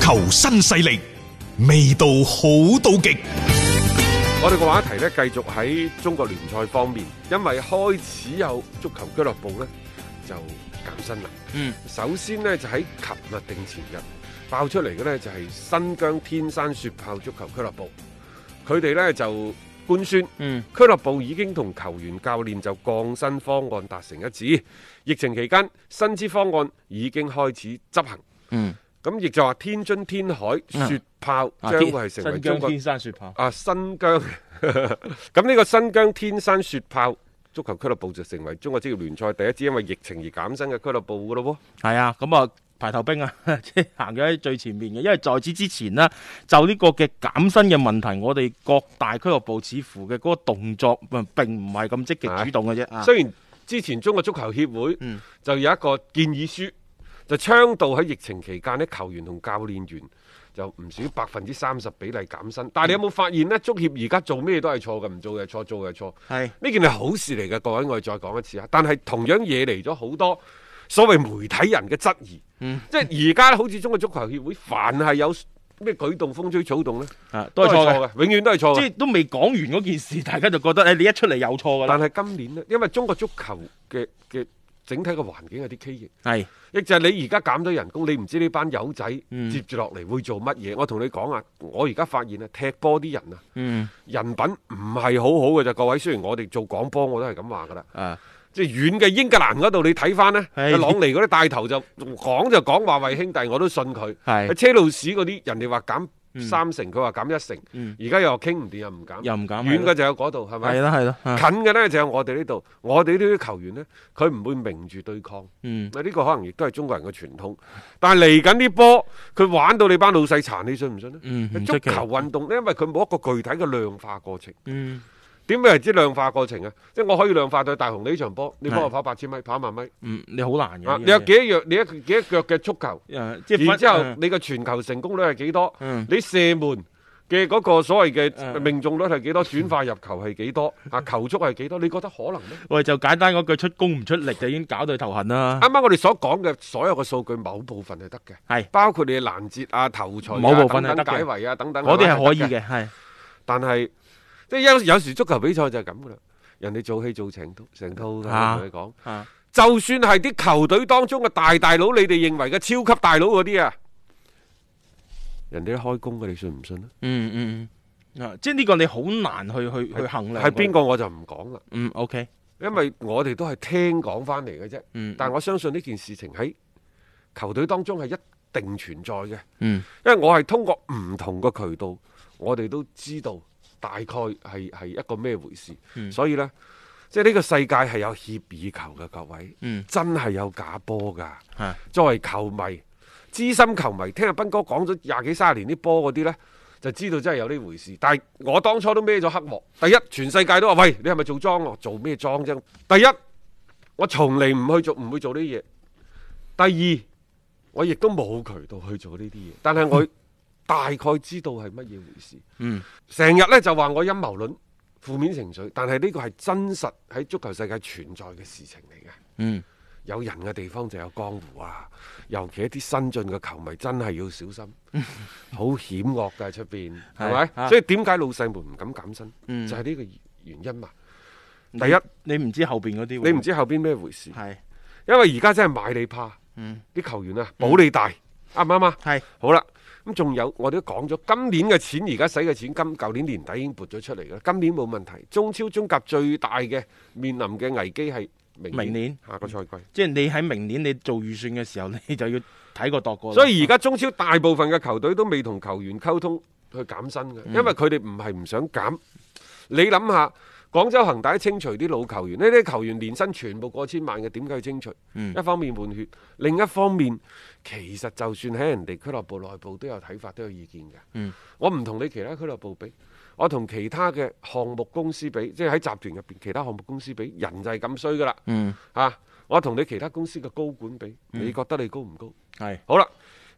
球新勢力，味道好到極。我哋個話題咧，繼續喺中國聯賽方面，因為開始有足球俱樂部咧就減薪啦。嗯，首先呢，就喺琴日定前日爆出嚟嘅呢，就係新疆天山雪豹足球俱樂部，佢哋呢，就官宣，嗯，俱樂部已經同球員教練就降薪方案達成一致。疫情期間，薪資方案已經開始執行。嗯，咁亦就話天津天海啊雪豹啊將會係成為新中疆國天山雪豹，啊新疆， 咁呢個新疆天山雪豹足球俱樂部就成為中國職業聯賽第一支因為疫情而減薪嘅俱樂部噶咯係啊，咁啊排頭兵啊， 即係行咗喺最前面嘅，因為在此之前呢，就呢個嘅減薪嘅問題，我哋各大俱樂部似乎嘅嗰個動作呃並唔係咁積極主動嘅啫喎。啊。雖然之前中國足球協會嗯就有一個建議書，就倡導喺疫情期間呢，球員同教練員就唔少百分之三十比例減薪。但係你嗯有冇發現呢？足協而家做咩都係錯嘅，唔做嘅錯，做嘅錯。係呢件係好事嚟嘅，各位我哋再講一次啊！但係同樣惹嚟咗好多所謂媒體人嘅質疑，嗯即係而家好似中國足球協會，凡係有咩舉動風吹草動呢，啊，都係錯嘅，嘅，永遠都係錯即嘅。係都未講完嗰件事，大家就覺得哎誒你一出嚟有錯㗎啦但。係今年呢，因為中國足球嘅嘅整體嘅環境有啲畸形，係亦就係你而家減咗人工，你唔知呢班友仔嗯接住落嚟會做乜嘢。我同你講啊，我而家發現啊，踢波啲人啊，嗯人品唔係好好嘅咋，各位。雖然我哋做廣播我都係咁話㗎啦。啊即係遠嘅英格蘭嗰度，你睇翻呢，係朗尼嗰啲帶頭就講就講話為兄弟，我都信佢。喺係車路士嗰啲人哋話減嗯三成，佢話減一成，嗯而家又話傾唔掂又唔減。又唔減遠嘅就有嗰度係咪？係啦係啦啊近嘅呢就有我哋呢度，我哋呢啲球員呢，佢唔會明住對抗。嗯嗱，呢個可能亦都係中國人嘅傳統。但係嚟緊啲波，佢玩到你班老細殘，你信唔信呢？嗯唔足出球奇運動呢，因為佢冇一個具體嘅量化過程。嗯點為之量化過程啊？即係我可以量化對大雄呢場波，你幫我跑八千米，跑一萬米嗯你好難嘅啊！呢樣嘢。你有幾多腳？你一幾多腳嘅速球？誒即係然分之後嗯你嘅全球成功率係幾多？嗯你射門嘅嗰個所謂嘅嗯命中率係幾多？轉化入球係幾多？啊，球速係幾多？你覺得可能咩？喂，就簡單嗰句出工唔出力就已經搞到頭痕啦。 啱啱我哋所講嘅所有嘅數據，某部分係得嘅，係包括你嘅攔截啊、頭槌啊、某部分係等得等嘅解圍啊等等，嗰啲係可以係得。嘅，係但係即係有有時足球比賽就係咁噶啦，人哋做戲做成套成套㗎，啊我同你講。啊，就算係啲球隊當中嘅大大佬，你哋認為嘅超級大佬嗰啲啊，人哋都開工嘅，你信唔信啊咧？嗯嗯嗯，啊，即係呢個你好難去去去衡量。係邊？個我就唔講啦，嗯，OK，因為我哋都係聽講翻嚟嘅啫。嗯，但我相信呢件事情喺球隊當中係一定存在嘅，嗯因為我係通過唔同嘅渠道，我哋都知道大概係係一個咩回事。嗯所以呢，即係呢個世界係有協議球嘅，各位。嗯真係有假波㗎係。作為球迷、資深球迷，聽阿斌哥講咗廿幾三十年啲波嗰啲呢，就知道真係有呢回事。但係我當初都孭咗黑幕。第一，全世界都話：喂，你係咪做莊啊？做咩莊啫？第一，我從嚟唔去做，唔會做呢啲嘢。第二，我亦都冇渠道去做呢啲嘢。但係我大概知道係乜嘢回事。嗯，成日呢就話我陰謀論、負面情緒，但係呢個係真實喺足球世界存在嘅事情嚟嘅。嗯有人嘅地方就有江湖啊！尤其一啲新進嘅球迷真係要小心， 好險惡㗎出邊，係係咪？啊所以點解老細們唔敢減薪，嗯，就係呢個原因嘛。你第一，你唔知後邊嗰啲會，你唔知後邊咩回事，係，因為而家真係買你怕，嗯啲球員啊保你大，啱唔啱啊？係，好啦，咁仲有我哋都講咗，今年嘅錢而家使嘅錢，今舊年年底已經撥咗出嚟啦，今年冇問題。中超、中甲最大嘅面臨嘅危機係明明年下個賽季。即係你喺明年你做預算嘅時候，你就要睇過度過啦。所以而家中超大部分嘅球隊都未同球員溝通去減薪嗯嘅，因為佢哋唔係唔想減。你諗下，廣州恒大清除啲老球員，呢啲球員年薪全部過千萬嘅，點解要清除？嗯一方面換血，另一方面其實就算喺人哋俱樂部內部都有睇法，都有意見嘅。嗯我唔同你其他俱樂部比，我同其他嘅項目公司比，即係喺集團入邊其他項目公司比，人就係咁衰噶啦嗯嚇。我同你其他公司嘅高管比，你覺得你高唔高？係好啦，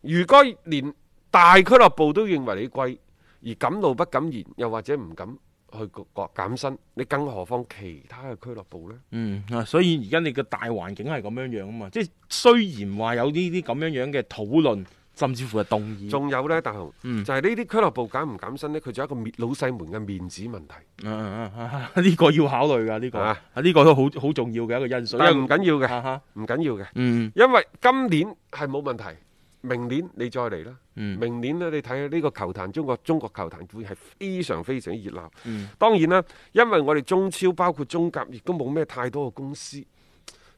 如果連大俱樂部都認為你貴，而敢怒不敢言，又或者唔敢去割減薪，你更何況其他嘅俱樂部呢？嗯啊，所以而家你嘅大環境係咁樣樣啊嘛，即係雖然話有呢啲咁樣樣嘅討論。甚至乎係動議。仲有呢，大雄、嗯就係呢啲俱樂部減唔減薪呢，佢仲有一個面老細們嘅面子問題。嗯嗯嗯嗯呢個要考慮㗎，呢個啊啊呢個都好好重要嘅一個因素。因但為係唔緊要嘅，啊哈唔緊要嘅，嗯因為今年係冇問題，明年你再嚟啦。嗯明年呢，你睇下呢個球壇，中國中國球壇會係非常非常熱鬧。嗯當然啦，因為我哋中超包括中甲，亦都冇咩太多嘅公司，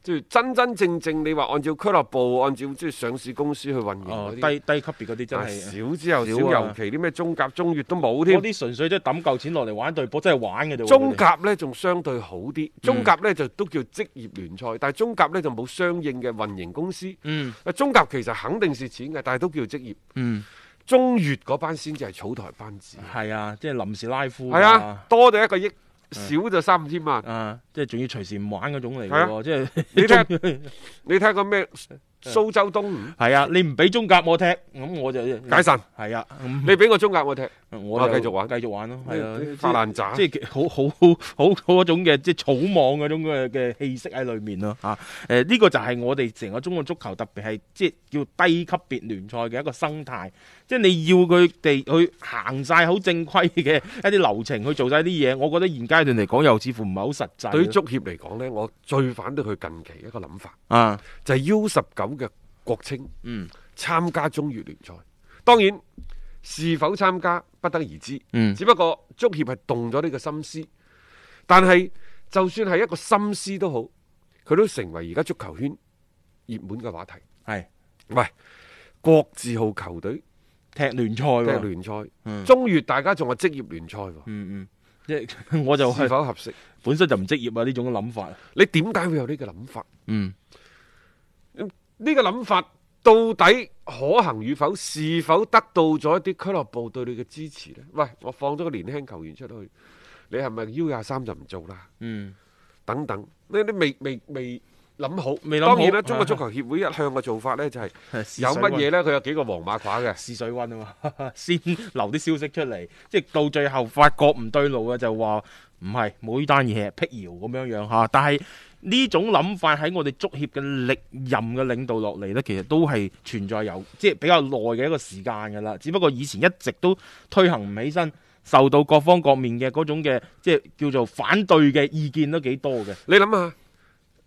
即係真真正正你話按照俱樂部、按照即係上市公司去運營哦嗰低啲，低級別嗰啲真但係。嗯少之又少，少啊尤其啲咩中甲、中乙都冇嗰添。啲純粹即係抌嚿錢落嚟玩對波，真係玩嘅啫喎。中甲呢仲相對好啲，中甲呢就都叫職業聯賽，但係中甲呢就冇相應嘅運營公司。嗯啊，中甲其實肯定蝕錢嘅，但係都叫職業。嗯，中乙嗰班先至係草台班子，係啊，即係臨時拉夫。係啊，，多咗一個億，嗯少就三千萬。啊，即係仲要隨時唔玩嗰種嚟係啊嘅喎，即係你睇， 你睇個咩嗯蘇州東吳係啊，你唔俾中甲我踢，咁我就解解散，係啊，咁你俾個中甲我踢，我啊就繼續玩繼續玩咯，係啊，即發係爛渣。即係好好好好好嗰種嘅即係草莽嗰種嘅嘅氣息喺裏面咯啊嚇。誒、呢、個就係我哋成個中國足球特別係即係叫低級別聯賽嘅一個生態，即係你要佢哋去行晒好正規嘅一啲流程去做晒啲嘢，我覺得現階段嚟講又似乎唔係好實際咯。對於足協嚟講呢，我最反對佢近期一個諗法，啊，就係 U 十九嘅國青嗯參加中乙聯賽。當然是否參加不得而知，嗯只不過足協係動咗呢個心思，但係就算係一個心思都好，佢都成為而家足球圈熱門嘅話題。係喂，國字號球隊踢聯踢賽喎，聯賽，嗯中乙大家仲係職業聯賽喎。嗯嗯，即係我就是否合適？本身就唔職業啊呢種諗法，你點解會有呢個諗法？嗯呢、個諗法到底可行與否，是否得到咗一啲俱樂部對你嘅支持呢？喂，我放咗個年輕球員出去，你係咪 U 廿三就唔做啦？嗯等等，呢啲未未未諗好，未諗好當然啦，中國足球協會一向嘅做法呢，就係、嗯有乜嘢呢？佢有幾個黃馬褂嘅。試水温啊 嘛，先留啲消息出嚟，即係到最後發覺唔對路嘅啊就話唔係每單嘢係辟謠咁樣樣嚇。但係呢種諗法喺我哋足協嘅歷任嘅領導落嚟呢，其實都係存在有即係比較耐嘅一個時間㗎啦。只不過以前一直都推行唔起身，受到各方各面嘅嗰種嘅即係叫做反對嘅意見都幾多嘅。你諗下，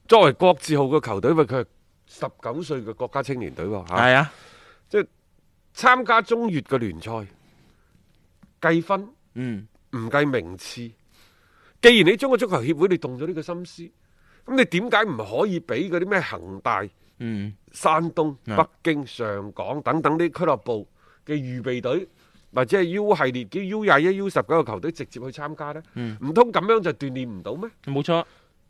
作為國字號嘅球隊，喂，佢係十九歲嘅國家青年隊喎嚇。係啊，參加中乙嘅聯賽，計分嗯唔計名次。既然你中國足球協會你動咗呢個心思，咁你點解唔可以俾嗰啲咩恒大、嗯山東、啊北京、上港等等啲俱樂部嘅預備隊，或者係 U 系列嘅 U 廿一、U 十九嘅球隊直接去參加呢？嗯唔通咁樣就鍛鍊唔到咩？冇錯，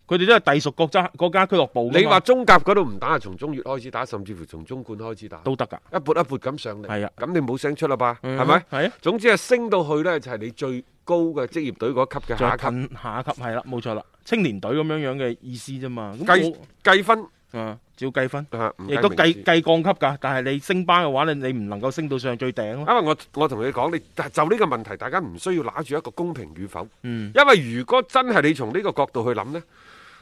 佢哋都係隸屬國家國家俱樂部㗎嘛，你話中甲嗰度唔打，係從中乙開始打，甚至乎從中冠開始打，都得㗎，一撥一撥咁上嚟，係啊咁你冇聲出啦吧？係嗯咪？係啊。總之係升到去呢，就係你最高嘅職業隊嗰級嘅下再一級，近下一級係啦，冇錯啦，青年隊咁樣樣嘅意思啫嘛。咁計計分我啊，照計分，啊，唔亦都名計次。計降級㗎。但係你升班嘅話咧，你唔能夠升到上最頂咯。因為我我同你講，你就呢個問題，大家唔需要拿住一個公平與否，嗯因為如果真係你從呢個角度去諗呢，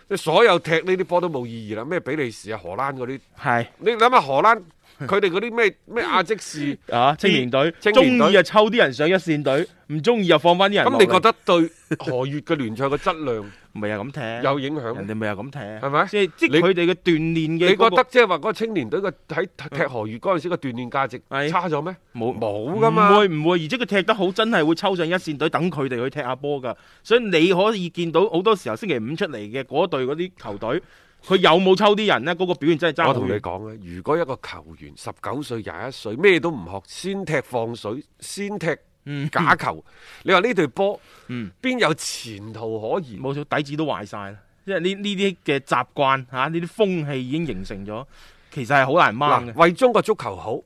你所有踢呢啲波都冇意義啦。咩比利時啊、荷蘭嗰啲， 係你諗下荷蘭佢哋嗰啲咩 咩亞積士，啊，青年隊青中年隊意就抽啲人上一線隊，唔中意就放翻啲人落咁嚟。你覺得對荷乙嘅聯賽嘅質量咪又咁踢？有影響人咩？哋咪又咁踢？係咪即係即你係佢哋嘅鍛鍊嘅你覺嗰個。得即係話嗰個青年隊嘅喺踢荷乙嗰陣時嘅鍛鍊價值係差咗咩？冇冇㗎嘛唔會唔會，而且佢踢得好，真係會抽上一線隊等佢哋去踢下波㗎。所以你可以見到好多時候星期五出嚟嘅嗰隊嗰啲球隊，佢有冇抽啲人呢？嗰、個表現真係爭我好同你遠。講咧，如果一個球員十九歲、廿一歲，咩都唔學，先踢放水，先踢嗯假 球，你話呢隊波嗯邊有前途可言？冇錯，底子都壞晒啦。因為呢呢啲嘅習慣嚇，呢啲風氣已經形成咗，其實係好難掹嗱，嘅。為中國足球好，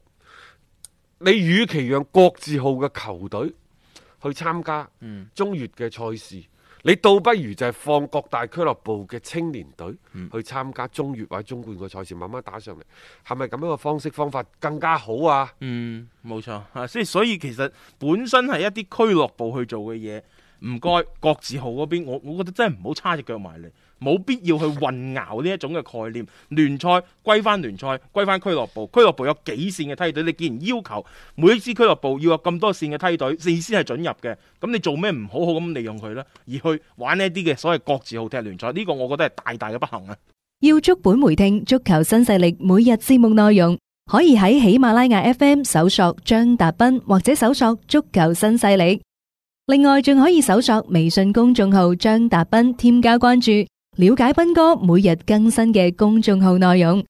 你與其讓國字號嘅球隊去參加嗯中乙嘅賽事，你倒不如就係放各大俱樂部嘅青年隊嗯去參加中乙或者中冠嘅賽事，慢慢打上嚟，係咪咁樣嘅方式方法更加好啊？嗯，冇錯啊，即係所以其實本身係一啲俱樂部去做嘅嘢，唔該國字號嗰邊，我我覺得真係唔好叉只腳埋嚟。冇必要去混淆呢一種嘅概念。聯賽歸翻聯賽，歸翻俱樂部，俱樂部有幾線嘅梯隊，你既然要求每一支俱樂部要有咁多線嘅梯隊，你先係準入嘅，咁你做咩唔好好咁利用佢呢？而去玩呢一啲嘅所謂各自號踢聯賽，呢、個我覺得係大大嘅不幸啊！要足本回聽足球新勢力每日節目內容，可以喺喜馬拉雅 FM 搜索張達斌或者搜索足球新勢力。另外，仲可以搜索微信公眾號張達斌，添加關注，了解斌哥每日更新嘅公眾號內容。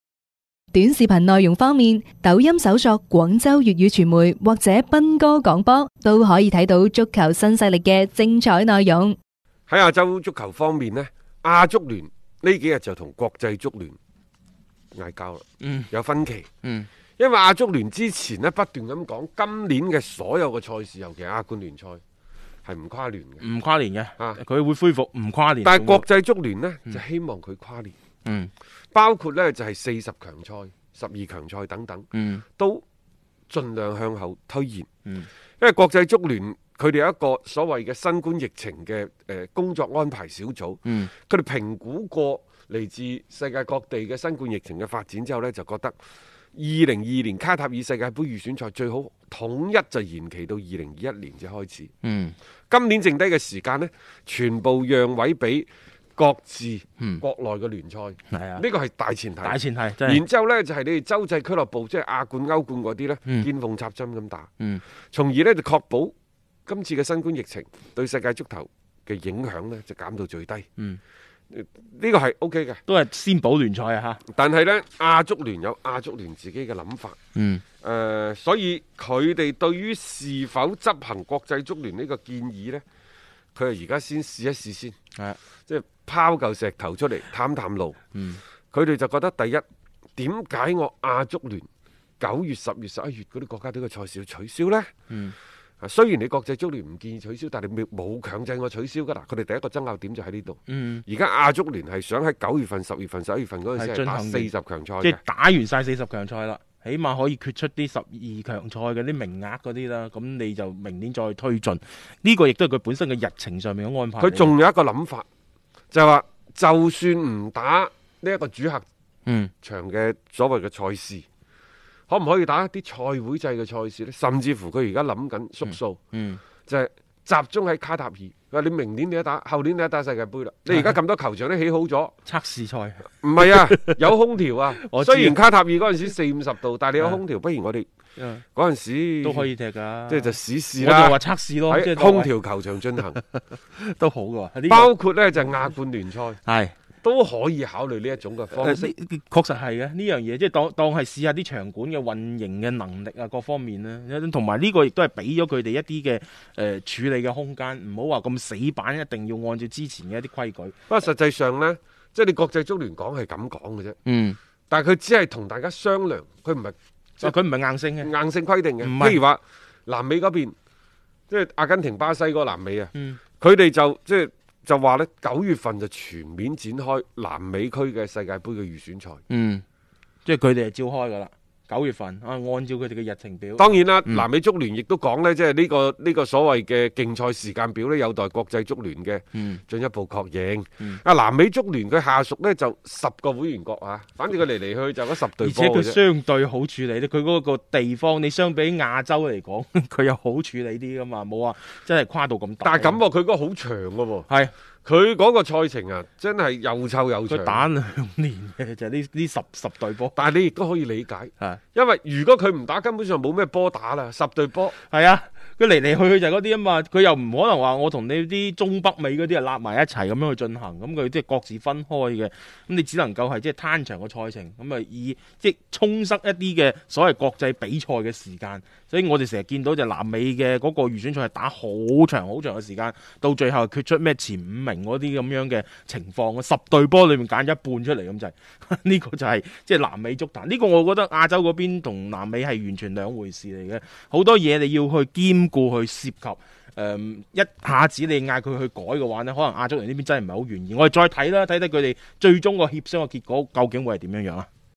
短視頻內容方面，抖音搜索廣州粵語傳媒或者斌哥廣播，都可以睇到足球新勢力嘅精彩內容。喺亞洲足球方面呢，亞足聯呢幾日就同國際足聯嗌交啦，嗯有分歧。嗯因為亞足聯之前呢不斷咁講，今年嘅所有嘅賽事，尤其係亞冠聯賽係唔跨聯嘅，嗯唔跨年嘅，啊佢會恢復唔跨年。但係國際足聯呢，就希望佢跨年，嗯包括呢就係四十強賽、十二強賽等等，嗯都盡量向後推延。嗯因為國際足聯佢哋有一個所謂嘅新冠疫情嘅誒、呃工作安排小組，嗯佢哋評估過嚟自世界各地嘅新冠疫情嘅發展之後呢，就覺得二零二年卡塔爾世界盃預選賽最好統一就延期到二零二一年至開始。嗯今年剩低嘅時間呢，全部讓位俾各自嗯國內嘅聯賽，係啊呢個係大前提。大前提真係然之後呢，就係、你哋洲際俱樂部，即係亞冠、歐冠嗰啲呢，嗯見縫插針咁打。嗯從而呢，就確保今次嘅新冠疫情對世界足球嘅影響呢，就減到最低。嗯，呢個係 O K 嘅，都係先保聯賽啊吓。但係呢，亞足聯有亞足聯自己嘅諗法。嗯誒、所以佢哋對於是否執行國際足聯呢個建議呢，佢係而家先試一試先，係即係拋嚿石頭出嚟探探路。嗯佢哋就覺得第一，點解我亞足聯九月、十月、十一月嗰啲國家隊嘅賽事要取消呢？嗯啊，雖然你國際足聯唔建議取消，但係你冇強制我取消㗎嗱。佢哋第一個爭拗點就喺呢度。嗯，而家亞足聯係想喺九月份、十月份、十一月份嗰陣時係係打進行四十強賽即嘅係，打完晒四十強賽啦。起碼可以決出啲十二強賽嘅啲名額嗰啲啦，咁你就明年再推進。呢、個亦都係佢本身嘅日程上面嘅安排嚟嘅。佢仲有一個諗法，就係話就算唔打呢一個主客嗯場嘅所謂嘅賽事，可唔可以打一啲賽會制嘅賽事呢？甚至乎佢而家諗緊縮數，嗯就係集中喺卡塔爾。佢話你明年你一打，後年你一打世界盃 啦。你而家咁多球場都起好咗。測試賽唔係啊，有空調啊 我。知啊雖然卡塔爾嗰陣時四五十 度，但係你有空調，不如我哋嗰陣時都可以踢㗎，嗯即係就試試我就話啦。測試咯，即喺係空調球場進行，都好嘅喎，呢個包括呢就亞冠聯賽 係都可以考慮呢一種嘅誒方式。呃呢確實係嘅呢樣嘢，即係當當係試下啲場館嘅運營嘅能力啊，各方面啦，同埋呢個亦都係俾咗佢哋一啲嘅呃誒處理嘅空間，唔好話咁死板，一定要按照之前嘅一啲規矩。不過實際上呢，即係你國際足聯講係咁講嘅啫，嗯，但係佢只係同大家商量，佢唔係佢唔係硬性嘅，硬性規定嘅。唔係譬如話南美嗰邊，即係阿根廷、巴西嗰個南美啊，嗯佢哋就即係就話呢，九月份就全面展開南美區嘅世界盃嘅預選賽。嗯，即係佢哋係照開㗎啦。九月份啊，按照佢哋嘅日程表，當然啦，嗯南美足聯亦都講呢，即係呢個呢個所謂嘅競賽時間表呢，有待國際足聯嘅嗯進一步確認嗯。啊，南美足聯佢下屬呢，就十個會員國啊，反正佢嚟嚟去去就嗰十隊而且波佢嘅啫。相對好處理咧，佢嗰個地方你相比亞洲嚟講， 佢又好處理啲噶嘛，冇話真係跨度咁大。但係咁喎，佢嗰個好長嘅喎，係佢嗰個賽程啊，真係又臭又佢長。打兩年嘅就係呢呢十十隊波但係你亦都可以理解，係因為如果佢唔打，根本上冇咩波打啦，十隊波。係啊，佢嚟嚟去去就係嗰啲啊嘛，佢又唔可能話我同你啲中北美嗰啲啊揦埋一齊咁樣去進行，咁佢即係各自分開嘅，咁你只能夠係即係攤長個賽程，咁啊以即係充塞一啲嘅所謂國際比賽嘅時間，所以我哋成日見到就南美嘅嗰個預選賽係打好長好長嘅時間，到最後決出咩前五名嗰啲咁樣嘅情況，十隊波裏面揀一半出嚟咁就係 呢個就係即係南美足壇，呢個我覺得亞洲嗰邊同南美係完全兩回事嚟嘅。好多嘢你要去兼顧去涉及。誒、一下子你嗌佢去改嘅話呢可能亞洲人呢邊真係唔係好願意。我哋再睇啦，睇睇佢哋最終個協商嘅結果究竟會係點樣樣啦。啊